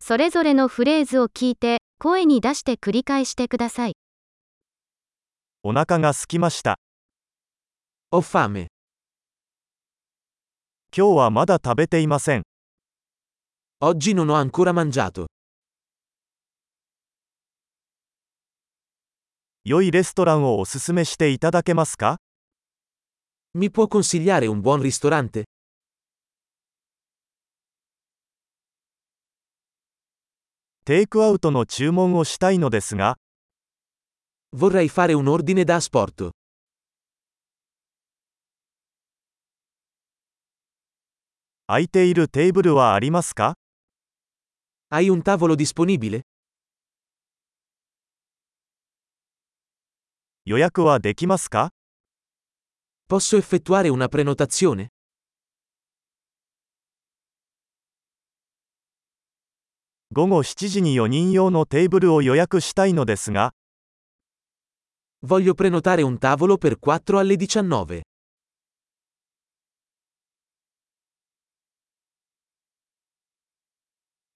それぞれのフレーズを聞いて、声に出して繰り返してください。お腹が空きました。 Ho fame. 今日はまだ食べていません。 Oggi non ho ancora mangiato. 良いレストランをおすすめしていただけますか Mi può consigliare un buon ristorante? テイクアウトの注文をしたいのですが、 Vorrei fare un ordine da asporto. 空いているテーブルはありますか Hai un tavolo disponibile? 予約はできますか Posso effettuare una prenotazione? 午後7時に4人用のテーブルを予約したいのですが、 Voglio prenotare un tavolo per 4 alle 19.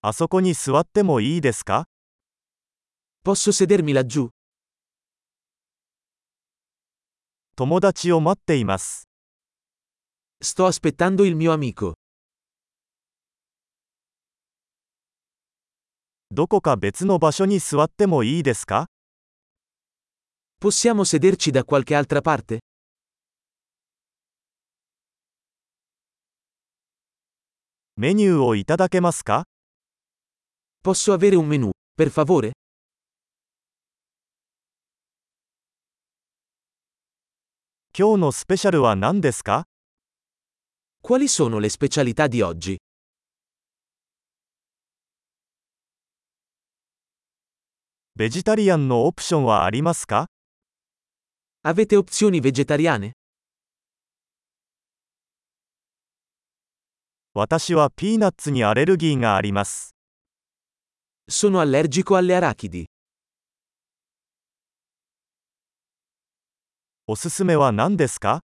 あそこに座ってもいいですか Posso sedermi laggiù? 友達を待っています。 Sto aspettando il mio amico. どこか別の場所に座ってもいいですか Possiamo sederci da qualche altra parte? メニューをいただけますか Posso avere un menù, per favore? 今日のスペシャルは何ですか Quali sono le specialità di oggi? ベジタリアンのオプションはありますか Avete opzioni vegetariane? 私はピーナッツにアレルギーがあります。 Sono allergico alle arachidi. おすすめは何ですか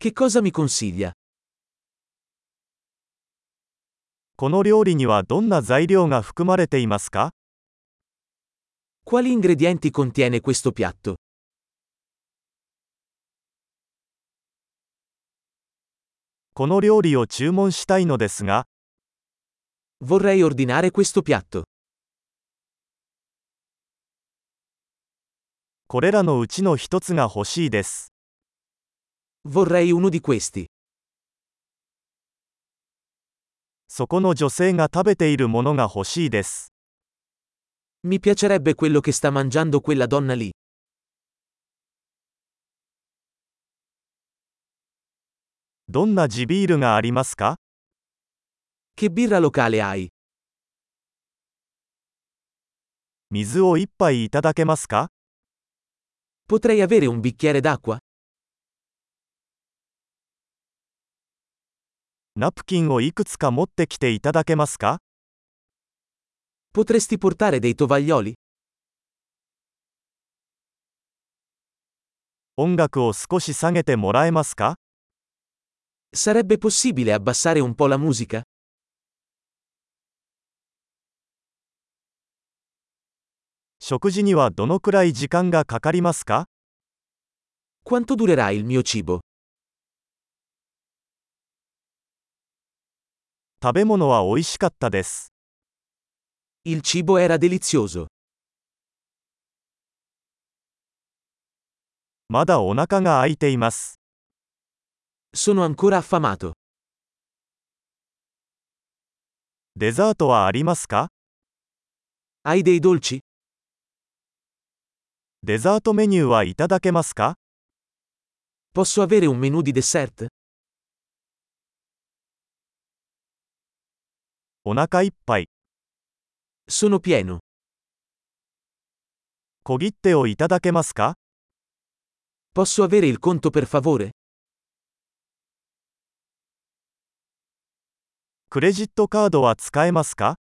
Che cosa mi consiglia? この料理にはどんな材料が含まれていますか Quali ingredienti contiene questo piatto? この料理を注文したいのですが、 Vorrei ordinare questo piatto. これらのうちの一つが欲しいです。 Vorrei uno di questi. そこの女性が食べているものが欲しいです。 Mi piacerebbe quello che sta mangiando quella donna lì. どんな地ビールがありますか Che birra locale hai? 水を一杯いただけますか Potrei avere un bicchiere d'acqua? ナプキンをいくつか持ってきていただけますか Potresti portare dei tovaglioli? 音楽を少し下げてもらえますか Sarebbe possibile abbassare un po' la musica? 食事にはどのくらい時間がかかりますか Quanto durerà il mio cibo? 食べ物は美味しかったです。 Il cibo era delizioso. まだお腹が空いています。 Sono ancora affamato. デザートはありますか Hai dei dolci? デザートメニューはいただけますか Posso avere un menù di dessert? お腹いっぱい。 Sono pieno. 小切手をいただけますか Posso avere il conto per favore? クレジットカードは使えますか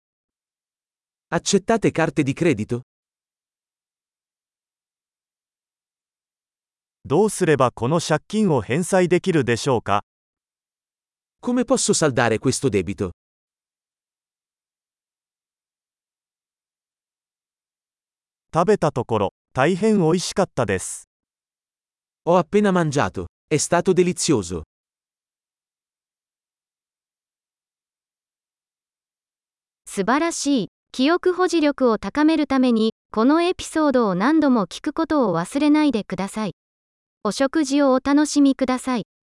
Accettate carte di credito? どうすればこの借金を返済できるでしょうか Come posso saldare questo debito? 食べたところ、大変美味しかったです。 Ho appena mangiato. È stato delizioso. 素晴らしい。記憶保持力を高めるために、このエピソードを何度も聞くことを忘れないでください。お食事をお楽しみください。